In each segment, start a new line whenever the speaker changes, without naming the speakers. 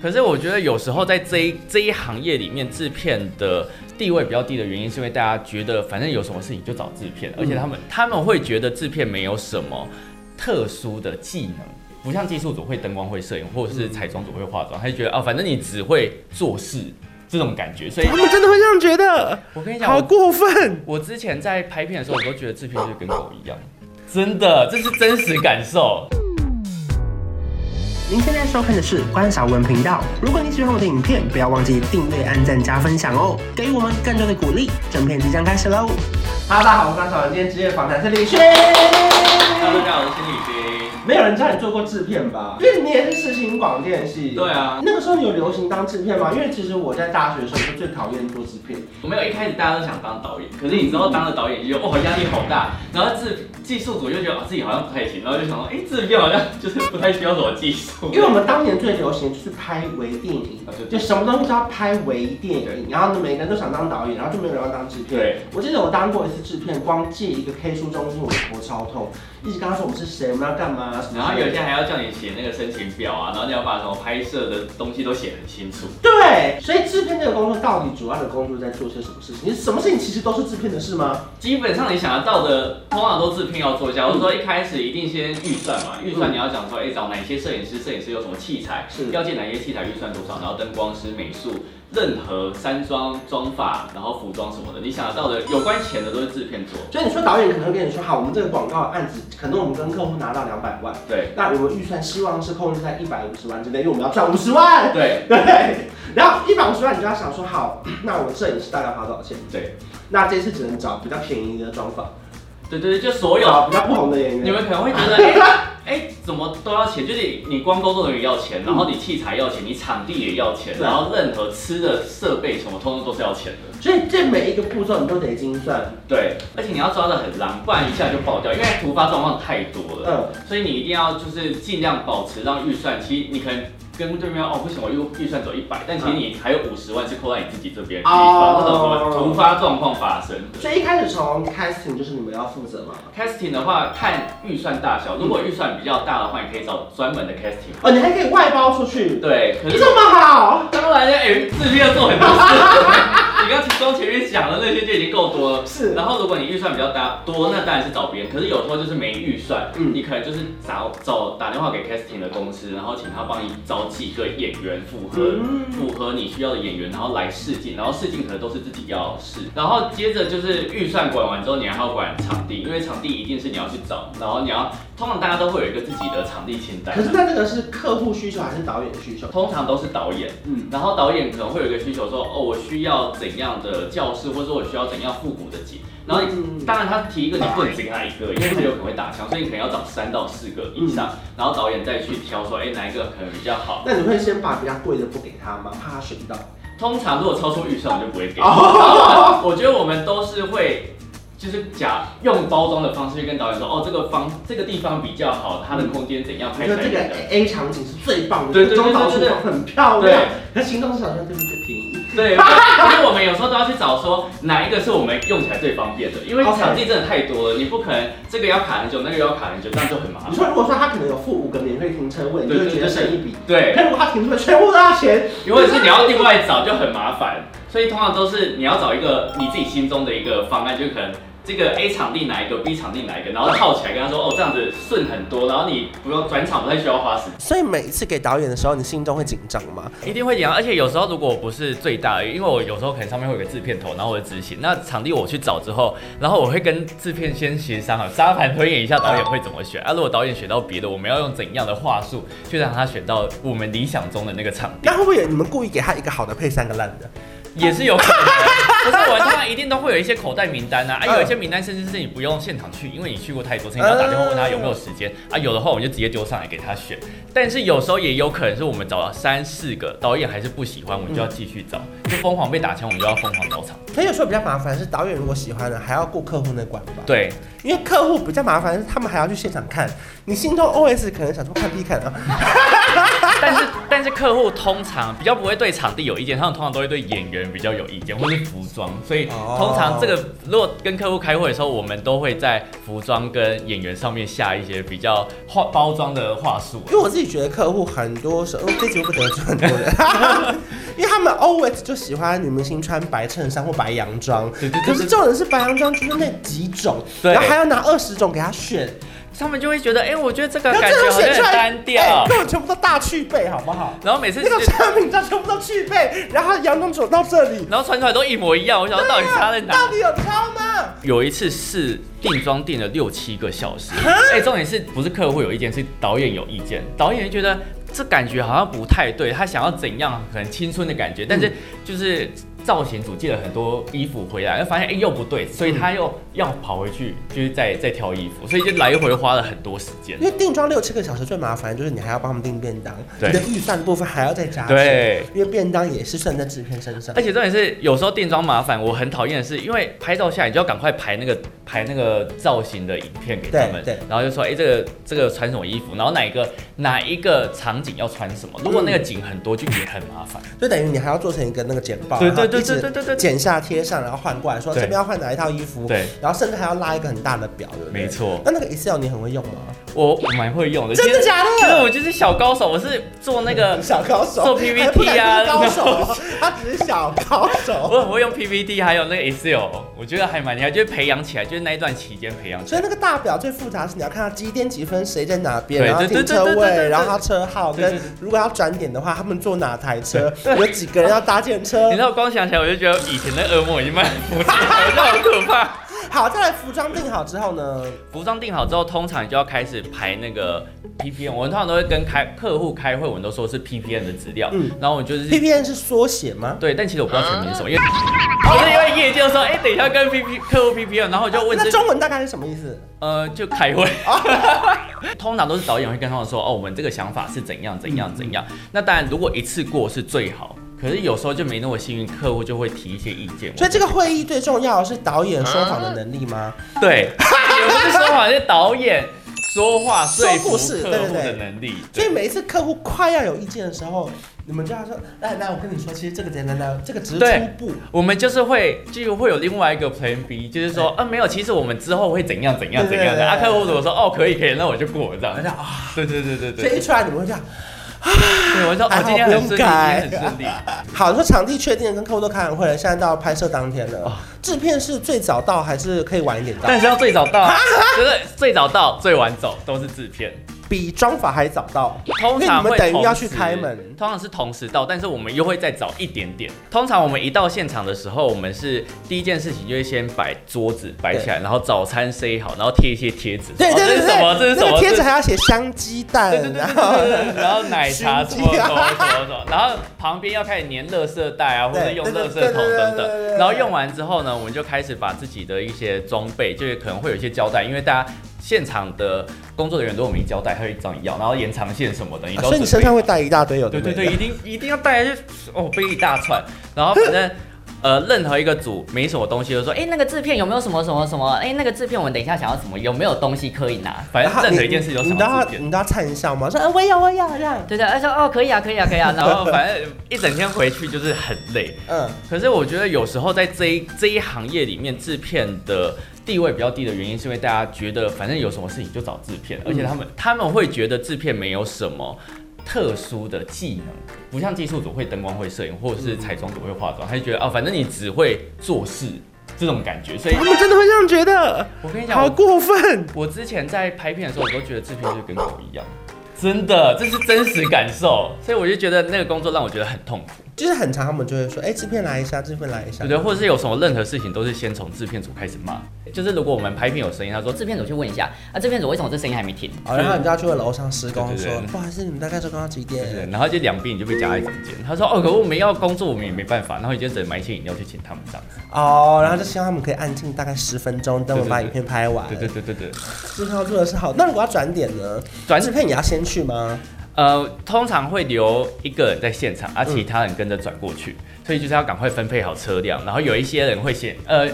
可是我觉得有时候在这一这一行业里面，制片的地位比较低的原因，是因为大家觉得反正有什么事情就找制片，而且他们
嗯
他们会觉得制片没有什么特殊的技能，不像技术组会灯光会摄影，或者是彩妆组会化妆，他就觉得啊、反正你只会做事这种感觉。所以
他们真的会这样觉得，
哎我跟你讲，
好
我
过分！
我之前在拍片的时候，我都觉得制片就是跟狗一样，真的，这是真实感受。
您现在收看的是关少文频道。如果你喜欢我的影片，不要忘记订阅、按赞、加分享哦，给予我们更多的鼓励。正片即将开始喽！Hello，大家好，我是关少文，今天职业访谈是李轩。
Hello，大家好，我是李军。
没有人知道你做过制片吧？因为你也是实行广电系。
对啊，
那个时候你有流行当制片吗？因为其实我在大学的时候就最讨厌做制片。
我没有一开始大家都想当导演，可是你知道当了导演就觉得哇压力好大，然后制技术组就觉得啊自己好像不太行，然后就想到哎制片好像就是不太需要什么技术，
因为我们当年最流行就是拍微电影
啊，对
就什么东西都要拍微电影，然后呢每个人都想当导演，然后就没有人要当制片。
对，
我记得我当过一次制片，光借一个 K 书中心，我头超痛，一直跟他说我们是谁，我们要干嘛、什么
然后
之类
有
的
些还要叫你写那个申请表啊，然后你要把什么拍摄的东西都写很清楚。
对，所以制片这个工作到底主要的工作在做些什么事情？你什么事情其实都是制片的事吗？
基本上你想得到的，通常都制片要做一下。我是说一开始一定先预算嘛，预算你要讲说，哎、找哪些摄影师，摄影师有什么器材，
嗯是
要借哪些器材，预算多少，然后灯光师、美术，任何山庄、妆发，然后服装什么的，你想得到的有关钱的都是制片做。
所以你说导演可能会跟你说，好，我们这个广告案子，可能我们跟客户拿到两百万，
对
那我们预算希望是控制在一百五十万之内，因为我们要赚五十万。
对
对，然后一百五十万，你就要想说，好，那我摄影师大概花多少钱？
对
那这次只能找比较便宜的妆法，
对对对，就所有
找比较不红的演
你
员。
们可能会觉得，哎、哎、怎么都要钱？就是你光工作人员要钱，然后你器材要钱，你场地也要钱，
对
然后任何吃的设备什么，通通都是要钱的。
所以这每一个步骤你都得精算。
对，而且你要抓得很狼，不然一下就爆掉，因为突发状况太多了，
嗯，
所以你一定要就是尽量保持让预算。其实你可能跟对面哦，不行，我预预算走一百，但其实你还有五十万是扣在你自己这边，以
哦
防那种什么突发状况发生。
所以一开始从 casting 就是你们要负责嘛。
casting 的话，看预算大小，如果预算比较大的话，你可以找专门的 casting。
哦，你还可以外包出去，
对，可
你
是
这么好，
当然，哎、制片要做很多事，你刚刚光前面讲的那些就已经够多了。
是
然后如果你预算比较大多，那当然是找别人。可是有时候就是没预算，
嗯
你可能就是找找打电话给 casting 的公司，然后请他帮你找几个演员符合、
嗯
符合你需要的演员，然后来试镜，然后试镜可能都是自己要试。然后接着就是预算管完之后，你还要管场地，因为场地一定是你要去找，然后你要通常大家都会有一个自己的场地清单
可。是那这个是客户需求还是导演需求？
通常都是导演，
嗯
嗯，然后导演可能会有一个需求说，哦，我需要怎样的教室，或者说我需要怎样复古的景，然后
嗯
当然他提一个你不能只给他一个，因为他有可能会打枪，所以你可能要找三到四个以上，
嗯
然后导演再去挑说，哎、哪一个可能比较好。
那你会先把比较贵的不给他吗？怕他选到。
通常如果超出预算，我就不会给。
哦
然后我觉得我们都是会。就是假用包装的方式去跟导演说，哦，这个方这个地方比较好，它的空间怎样
你
拍起
说
来
这个
怎样
A 场景是最棒的，
对对对
中岛
对
厨
对
房很漂亮，可行动市场就是最便宜。
对，可是我们有时候都要去找说哪一个是我们用起来最方便的，因为
OK
场地真的太多了，你不可能这个要卡很久，那个要卡很久，这样就很麻烦。
你说如果说他可能有付五个免费停车位，你就会觉得省一笔。哎
对，
但如果他停车位全部都要钱，
如果是你要另外找就很麻烦，所以通常都是你要找一个你自己心中的一个方案，就可能这个 A 场地哪一个，B 场地哪一个，然后套起来跟他说哦这样子顺很多，然后你不用转场不太需要花时间。
所以每一次给导演的时候，你心中会紧张吗？
一定会讲，而且有时候如果我不是最大而已，因为我有时候可能上面会有个制片头，然后我就执行。那场地我去找之后，然后我会跟制片先协商好，沙盘推演一下导演会怎么选啊。如果导演选到别的，我们要用怎样的话术去让他选到我们理想中的那个场地，
那会不会有你们故意给他一个好的配三个烂的？
也是有可能。可是我们通常一定都会有一些口袋名单啊，啊
嗯
有一些名单甚至是你不用现场去，因为你去过太多次，你要打电话问他有没有时间啊。有的话我们就直接丢上来给他选。但是有时候也有可能是我们找了三四个导演还是不喜欢，我们就要继续找，就疯狂被打枪，我们就要疯狂找场。
可有时候比较麻烦是导演如果喜欢了，还要顾客户那关吧？，
对，
因为客户比较麻烦是他们还要去现场看，你心中 OS 可能想说看 P 看啊，
但是但是客户通常比较不会对场地有意见，他们通常都会对演员比较有意见，或是服装。所以
哦
通常这个如果跟客户开会的时候，我们都会在服装跟演员上面下一些比较化包装的话术。
因为我自己觉得客户很多时候，哦这集会不会得罪很多 人？因为他们 always 就喜欢女明星穿白衬衫或白洋装，
对对对
可是重点是白洋装就是那几种，
对
然后还要拿二十种给他选，
他们就会觉得，哎、我觉得这个
然后
感
这
觉
种
好像
选出
很
来，
单
哎
调。
根本全部都大去背，好不好？
然后每次
那个产品照全部都去背，然后洋装只有到这里，
然后穿出来都一模一样，我想说到底差在哪？
到底有差吗？
有一次是定妆定了六七个小时，哎、重点是不是客户有意见，是导演有意见。导演觉得这感觉好像不太对，他想要怎样很青春的感觉，但是就是造型组借了很多衣服回来，发现哎、又不对，所以他又要跑回去就是再再挑衣服，所以就来回花了很多时间
因。为定妆六七个小时最麻烦，就是你还要帮他们订便当，
对
你的预算部分还要再加钱，
对，
因为便当也是算在制片身上
而。且重点是，有时候定妆麻烦，我很讨厌的是，因为拍照下来你就要赶快排那个排那个造型的影片给他们，
对对
然后就说，哎、这个这个穿什么衣服，然后哪一个哪一个场景要穿什么，如果那个景很多就也很麻烦。
就等于你还要做成一个那个简报，
对对对
然后一直
对对对对对
剪下贴上，然后换过来说
对
这边要换哪一套衣服，
对，
然后甚至还要拉一个很大的表，对不对？
没错
那那个 Excel 你很会用吗？
我蛮会用的，
真的
其实
假的，
其实我就是小高手，我是做那个
小高手，
做
还不
PPT 啊
敢说是高手，他只是小高手。
我很会用 PPT，还有那个 Excel，我觉得还蛮厉害，就是培养起来，就是那一段期间培养起
所
来。
以那个大表最复杂是你要看他几点几分谁在哪边，
对
然后
对对
停
对
车
对对对
位，
对
然后他车号，
对对
跟
对
如果要转点的话，他们坐哪台车，
对对
有几个人要搭建车
你知。道，光想起来我就觉得以前的噩梦已经慢慢浮现，我觉得好可怕。
好，再来服装定好之后呢，
服装定好之后，通常你就要开始排那个 PPN。我们通常都会跟开客户开会，我们都说是 PPN 的资料。
嗯
嗯，然后我就是
P P N 是缩写吗？
对，但其实我不知道全名是什么，因为我是因为业界就说，哎、等一下跟 P P 客户 PPN，然后我就问
啊那
这
中文大概是什么意思？
呃就开会。 通常都是导演会跟他们说，哦，我们这个想法是怎样怎样怎样。那当然，如果一次过是最好，可是有时候就没那么幸运，客户就会提一些意见。
所以这个会议最重要的是导演说谎的能力
啊
吗？
对，也不是说谎，是导演说话说
说
服
故事
客户
对对
的
对
能力。
所
对
以每一次客户快要有意见的时候，你们就要说，来来，我跟你说，其实这个简单单，这个只是
对
初步。
我们就是会，就会有另外一个 Plan B，就是说，啊，没有，其实我们之后会怎样怎样
对
怎
对
样
对
的。啊，
对
客户如果说，哦，可以可以，那我就过这样
我。就啊，
对对对对
所以一
对，
出来你们会这样。
对我就说，
还
哦，
好
今天
不
很
用
顺利，今
改
天很顺利。
好，说场地确定了，跟客户都开完会了，现在到拍摄当天了。制片是最早到还是可以晚一点到？
哦但是要最早到啊，就是最早到最晚走都是制片，
比妆法还早到，
通
因为你
常
们
会
等于
同
要去
时
开门。
通常是同时到，但是我们又会再早一点点。通常我们一到现场的时候，我们是第一件事情就会先摆桌子摆起来，然后早餐塞好，然后贴一些贴纸。
对
哦
对对
这是什么？这
对，
是什
那
么？
个贴
这
纸
是
还要写香鸡蛋
对对，对
然
对
后
对对，然后奶茶什
熏
么什
鸡
么
啊
什么什么，然后旁边要开始粘垃圾袋啊，或者
对
用
对对
垃圾
对对
桶
对
等
对对对对
等。然后用完之后呢，我们就开始把自己的一些装备，就是可能会有一些胶带，因为大家现场的工作人员都有没胶带，还有一张要，然后延长线什么的，你
啊
都
所以你身
准备
上会带一大堆有
对
的没的。
对对，一定一定要带下去哦，背一大串，然后反正。呃，任何一个组没什么东西，就说，哎、那个制片有没有什么什么什么？哎、那个制片我们等一下想要什么？有没有东西可以拿？反
然
正
后
任何
你
一件事有什
你都要
么制片，
你都要灿笑吗？说，呃我有我有这样。
对对，他说哦，可以啊，可以啊，可以啊。然后反正一整天回去就是很累。
嗯，
可是我觉得有时候在这一这一行业里面，制片的地位比较低的原因，是因为大家觉得反正有什么事情就找制片，而且他们他们会觉得制片没有什么。特殊的技能，不像技术组会灯光、会摄影，或者是彩妆组会化妆，他就觉得哦，反正你只会做事这种感觉。所以
他们真的会这样觉得，
我跟你讲，
嗯好
我
过分。
我之前在拍片的时候，我都觉得制片就跟狗一样，真的，这是真实感受，所以我就觉得那个工作让我觉得很痛苦。
就是很常他们就会说，哎、制片来一下，制片来一下
对。对，或者是有什么任何事情都是先从制片组开始骂，就是如果我们拍片有声音，他说制片组去问一下，啊，制片组为什么这声音还没停？
好，然后你就要去问楼上施工
对对
说
对，
不好意思，你们大概做工到几
对
点？，
然后就两边你就被夹在中间。他说哦，可我们要工作，我们也没办法，然后你就只能买一些饮料去请他们这样子。
哦，然后就希望他们可以安静大概十分钟，等我们把
对对对
影片拍完。
对对对对对，
制片要做的是好。那如果要转点呢？
转
制片也要先去吗？
呃，通常会留一个人在现场，啊，其他人跟着转过去，所以就是要赶快分配好车辆，然后有一些人会先呃。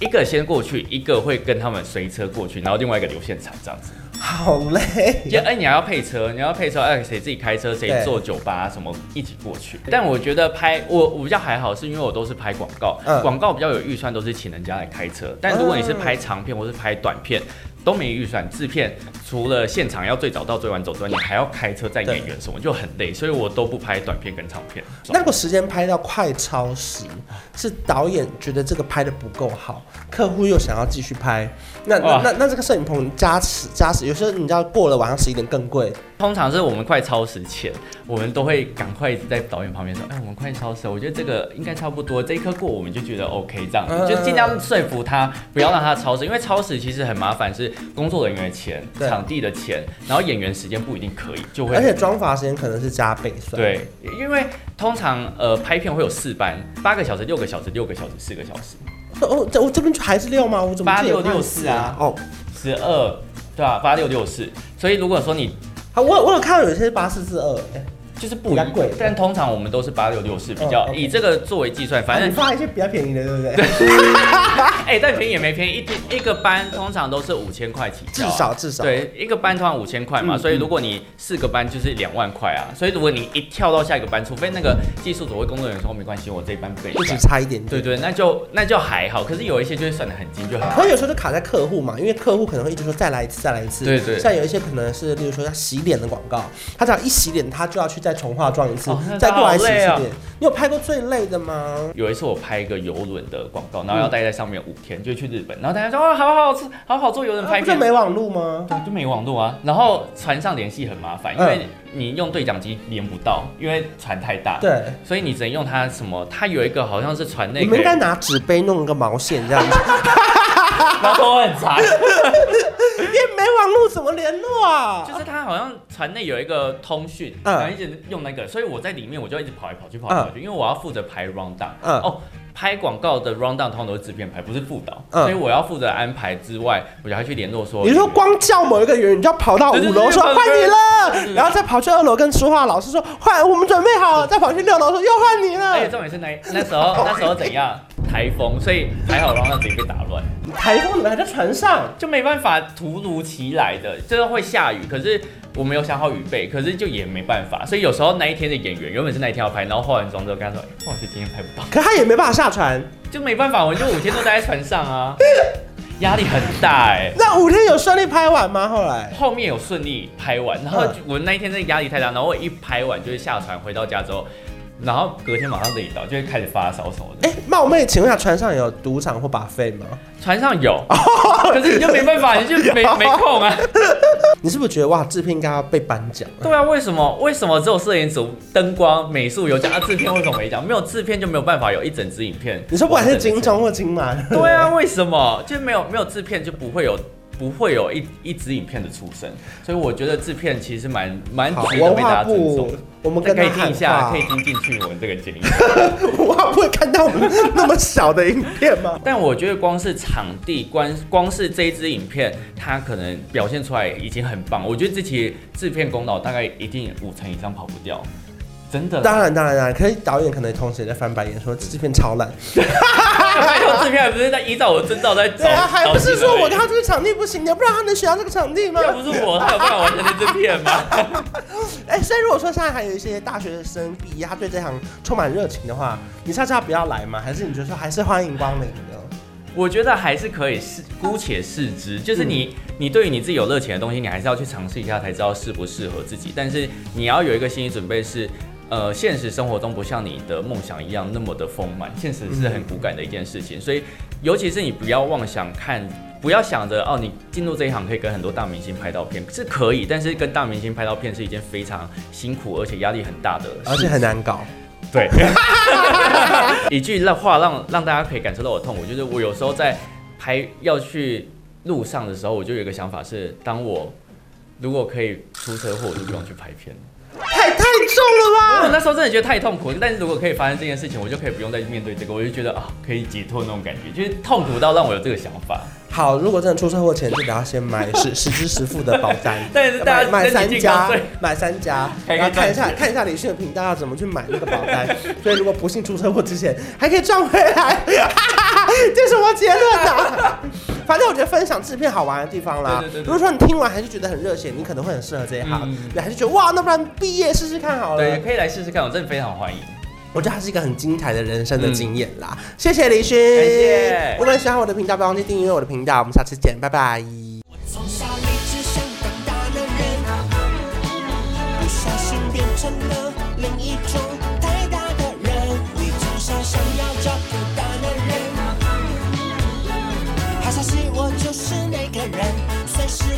一个先过去，一个会跟他们随车过去，然后另外一个留现场这样子。
好 累。
就哎，你还要配车，你要配车，哎，谁自己开车，谁
对
坐酒吧，什么一起过去。但我觉得拍我我比较还好，是因为我都是拍广告，
嗯
广、告比较有预算，都是请人家来开车。但如果你是拍长
嗯
片或是拍短片，都没预算，制片除了现场要最早到最晚走之外，你还要开车载演员什么，就很累，所以我都不拍短片跟长片。
那个时间拍到快超时，是导演觉得这个拍的不够好，客户又想要继续拍，那那
哇
那那这个摄影棚加持加持，有时候你知道过了晚上十一点更贵，
通常是我们快超时前，我们都会赶快在导演旁边说：“哎，我们快超时了，我觉得这个应该差不多，这一颗过我们就觉得 OK，这样
嗯
就尽量说服他不要让他超时，因为超时其实很麻烦，是工作人员的钱、
对
场地的钱，然后演员时间不一定可以，就会
而且妆发时间可能是加倍算。，
对，因为通常呃拍片会有四班，八个小时、六个小时、六个小时、四个小时，
哦，这我这边还是六吗？我怎么记得有
八六六
四
四啊
哦，
十二对吧、八六六四，所以如果说你
好，我我有看到有些是八四至二，哎
就是不一
比较贵
但通常我们都是八六六四比较、
嗯，OK
以这个作为计算，反
啊
正
你。发一些比较便宜的，对不对？
哎、但便宜也没便宜，一天一个班通常都是五千块起
至
跳啊、
少至少嗯
对，一个班通常五千块嘛，所以如果你四个班就是两万块啊，所以如果你一跳到下一个班，除非那个技术组会工作人员说、哦、没关系，我这一班不给你
不止
算，
差一点
对
点。
对，那就那就还好，可是有一些就会算的很精，就很
可是有时候就卡在客户嘛，因为客户可能会一直说再来一次，再来一次。
对对
像有一些可能是，例如说他洗脸的广告，他只要一洗脸，他就要去再重化妆一次，
哦那
再过来洗一次
好累哦
脸。你有拍过最累的吗？
有一次我拍一个游轮的广告，
嗯
然后要待在上面五天，就去日本，然后大家说哦，好好吃，好好坐游轮拍
啊不是
片，
没网路吗？
对，就没网络啊。然后船上联系很麻烦，因
嗯
为你用对讲机连不到，因为船太大，
对，
所以你只能用它什么？它有一个好像是船内
你
可
们
以，
应该拿纸杯弄个毛线这样 子，
然后很长，
因为没网路怎么联络啊？
就是它好像船内有一个通讯，
嗯
然后一直用那个，所以我在里面我就一直跑来跑去，跑来跑去，因为我要负责排 round down。
嗯
哦，拍广告的 round down 通常都是制片拍，不是副导，
嗯
所以我要负责安排之外，我就还去联络说，
你说光叫某一个人，你就要跑到五楼说
对对对
换你
对对
了，
对
然后再跑去二楼跟说话老师说换，我们准备好了，再跑去六楼说又换你
而且
了。
哎重点是那那时候那时候怎样台风，所以还好 round down 直接被打乱。
台风你们还在船上，
就没办法突如其来的，就是会下雨，可是我没有想好雨备，可是就也没办法，所以有时候那一天的演员原本是那一天要拍，然后化完妆之后跟他说，哎、不好意思，今天拍不到，
可他也没办法下船。
就没办法，我就五天都待在船上啊， 压力很大哎、
那五天有顺利拍完吗？后来
后面有顺利拍完，然后就我那一天真的压力太大，然后我一拍完就是下船回到家之后，然后隔天马上自己到就会开始发烧什么的。
哎、冒昧请问一下，船上有赌场或把费吗？
船上有， 可是你就没办法，你就没没空啊。
你是不是觉得哇，制片应该要被颁奖？
对啊，为什么为什么只有摄影组、灯光、美术有奖，啊制片为什么没奖？没有制片就没有办法有一整支影片。
你说不管是金钟或金马，
对啊，为什么就没有没有制片就不会有不会有一一支影片的出身？所以我觉得制片其实蛮蛮
好，
值得
文
被大
化
家尊重
部。，我们
大
跟
家可以
他
听
喊
一下，
话
可以。听进去我们这个建议。
文化部会看到我们那么小的影片吗？
但我觉得光是场地，光光是这一支影片，它可能表现出来已经很棒。我觉得这期制片功劳大概一定五成以上跑不掉，真的啦。
当然，当然，当然，可是导演可能同时也在翻白眼说制片超烂。
拜托制片还不是在依照我的征兆在找，
对啊，还不是说我
找
看到这个场地不行，你不知道他能选到这个场地吗
新的要？不是我，他有办法完成这支片吗？
哎、所以如果说现在还有一些大学生毕业，他对这行充满热情的话，你下次要不要来吗？还是你觉得说还是欢迎光临的？
我觉得还是可以试，姑且试之。就是
嗯
你，你对于你自己有热情的东西，你还是要去尝试一下，才知道适不适合自己。但是你要有一个心理准备是。呃，现实生活中不像你的梦想一样那么的丰满，现实
嗯
是很骨感的一件事情，所以尤其是你不要妄想看，不要想着哦，你进入这一行可以跟很多大明星拍到片是可以，但是跟大明星拍到片是一件非常辛苦而且压力很大的事情，
而且很难搞。
对， 一句让话让让大家可以感受到我的痛苦，就是我有时候在拍要去路上的时候，我就有一个想法是，当我如果可以出车祸，我就不用去拍片了。
太哎太重
我
了吧？
那时候真的觉得太痛苦，但是如果可以发生这件事情，我就可以不用再面对这个，我就觉得啊，可以解脱那种感觉，就是痛苦到让我有这个想法。
好，如果真的出车祸前，就得要先买 十十支十付的保单。
但是大家
买买
身体
三
健康
家
最，
买三家，
还可以
然后看一下
赚钱
看一下李迅的频道要怎么去买那个保单。 所以如果不 幸出车祸之前，还可以赚回来，这是我结论啊！ 反正我觉得分享制片好玩的地方啦。
对对对对
如果说你听完还是觉得很热血，你可能会很适合这一行，
嗯
你还是觉得哇，那不然毕业试试看好了。
对，可以来试试看，我真的非常欢迎。
我觉得它是一个很精彩的人生的经验啦。谢谢李勋，感
嗯感谢
如果你喜欢我的频道，不要忘记订阅我的频道。我们下次见，拜拜。
从小一直想当大男人，不小心变成了另一种太大的人。你从小想要找个大男人，好消息我就是那个人，随时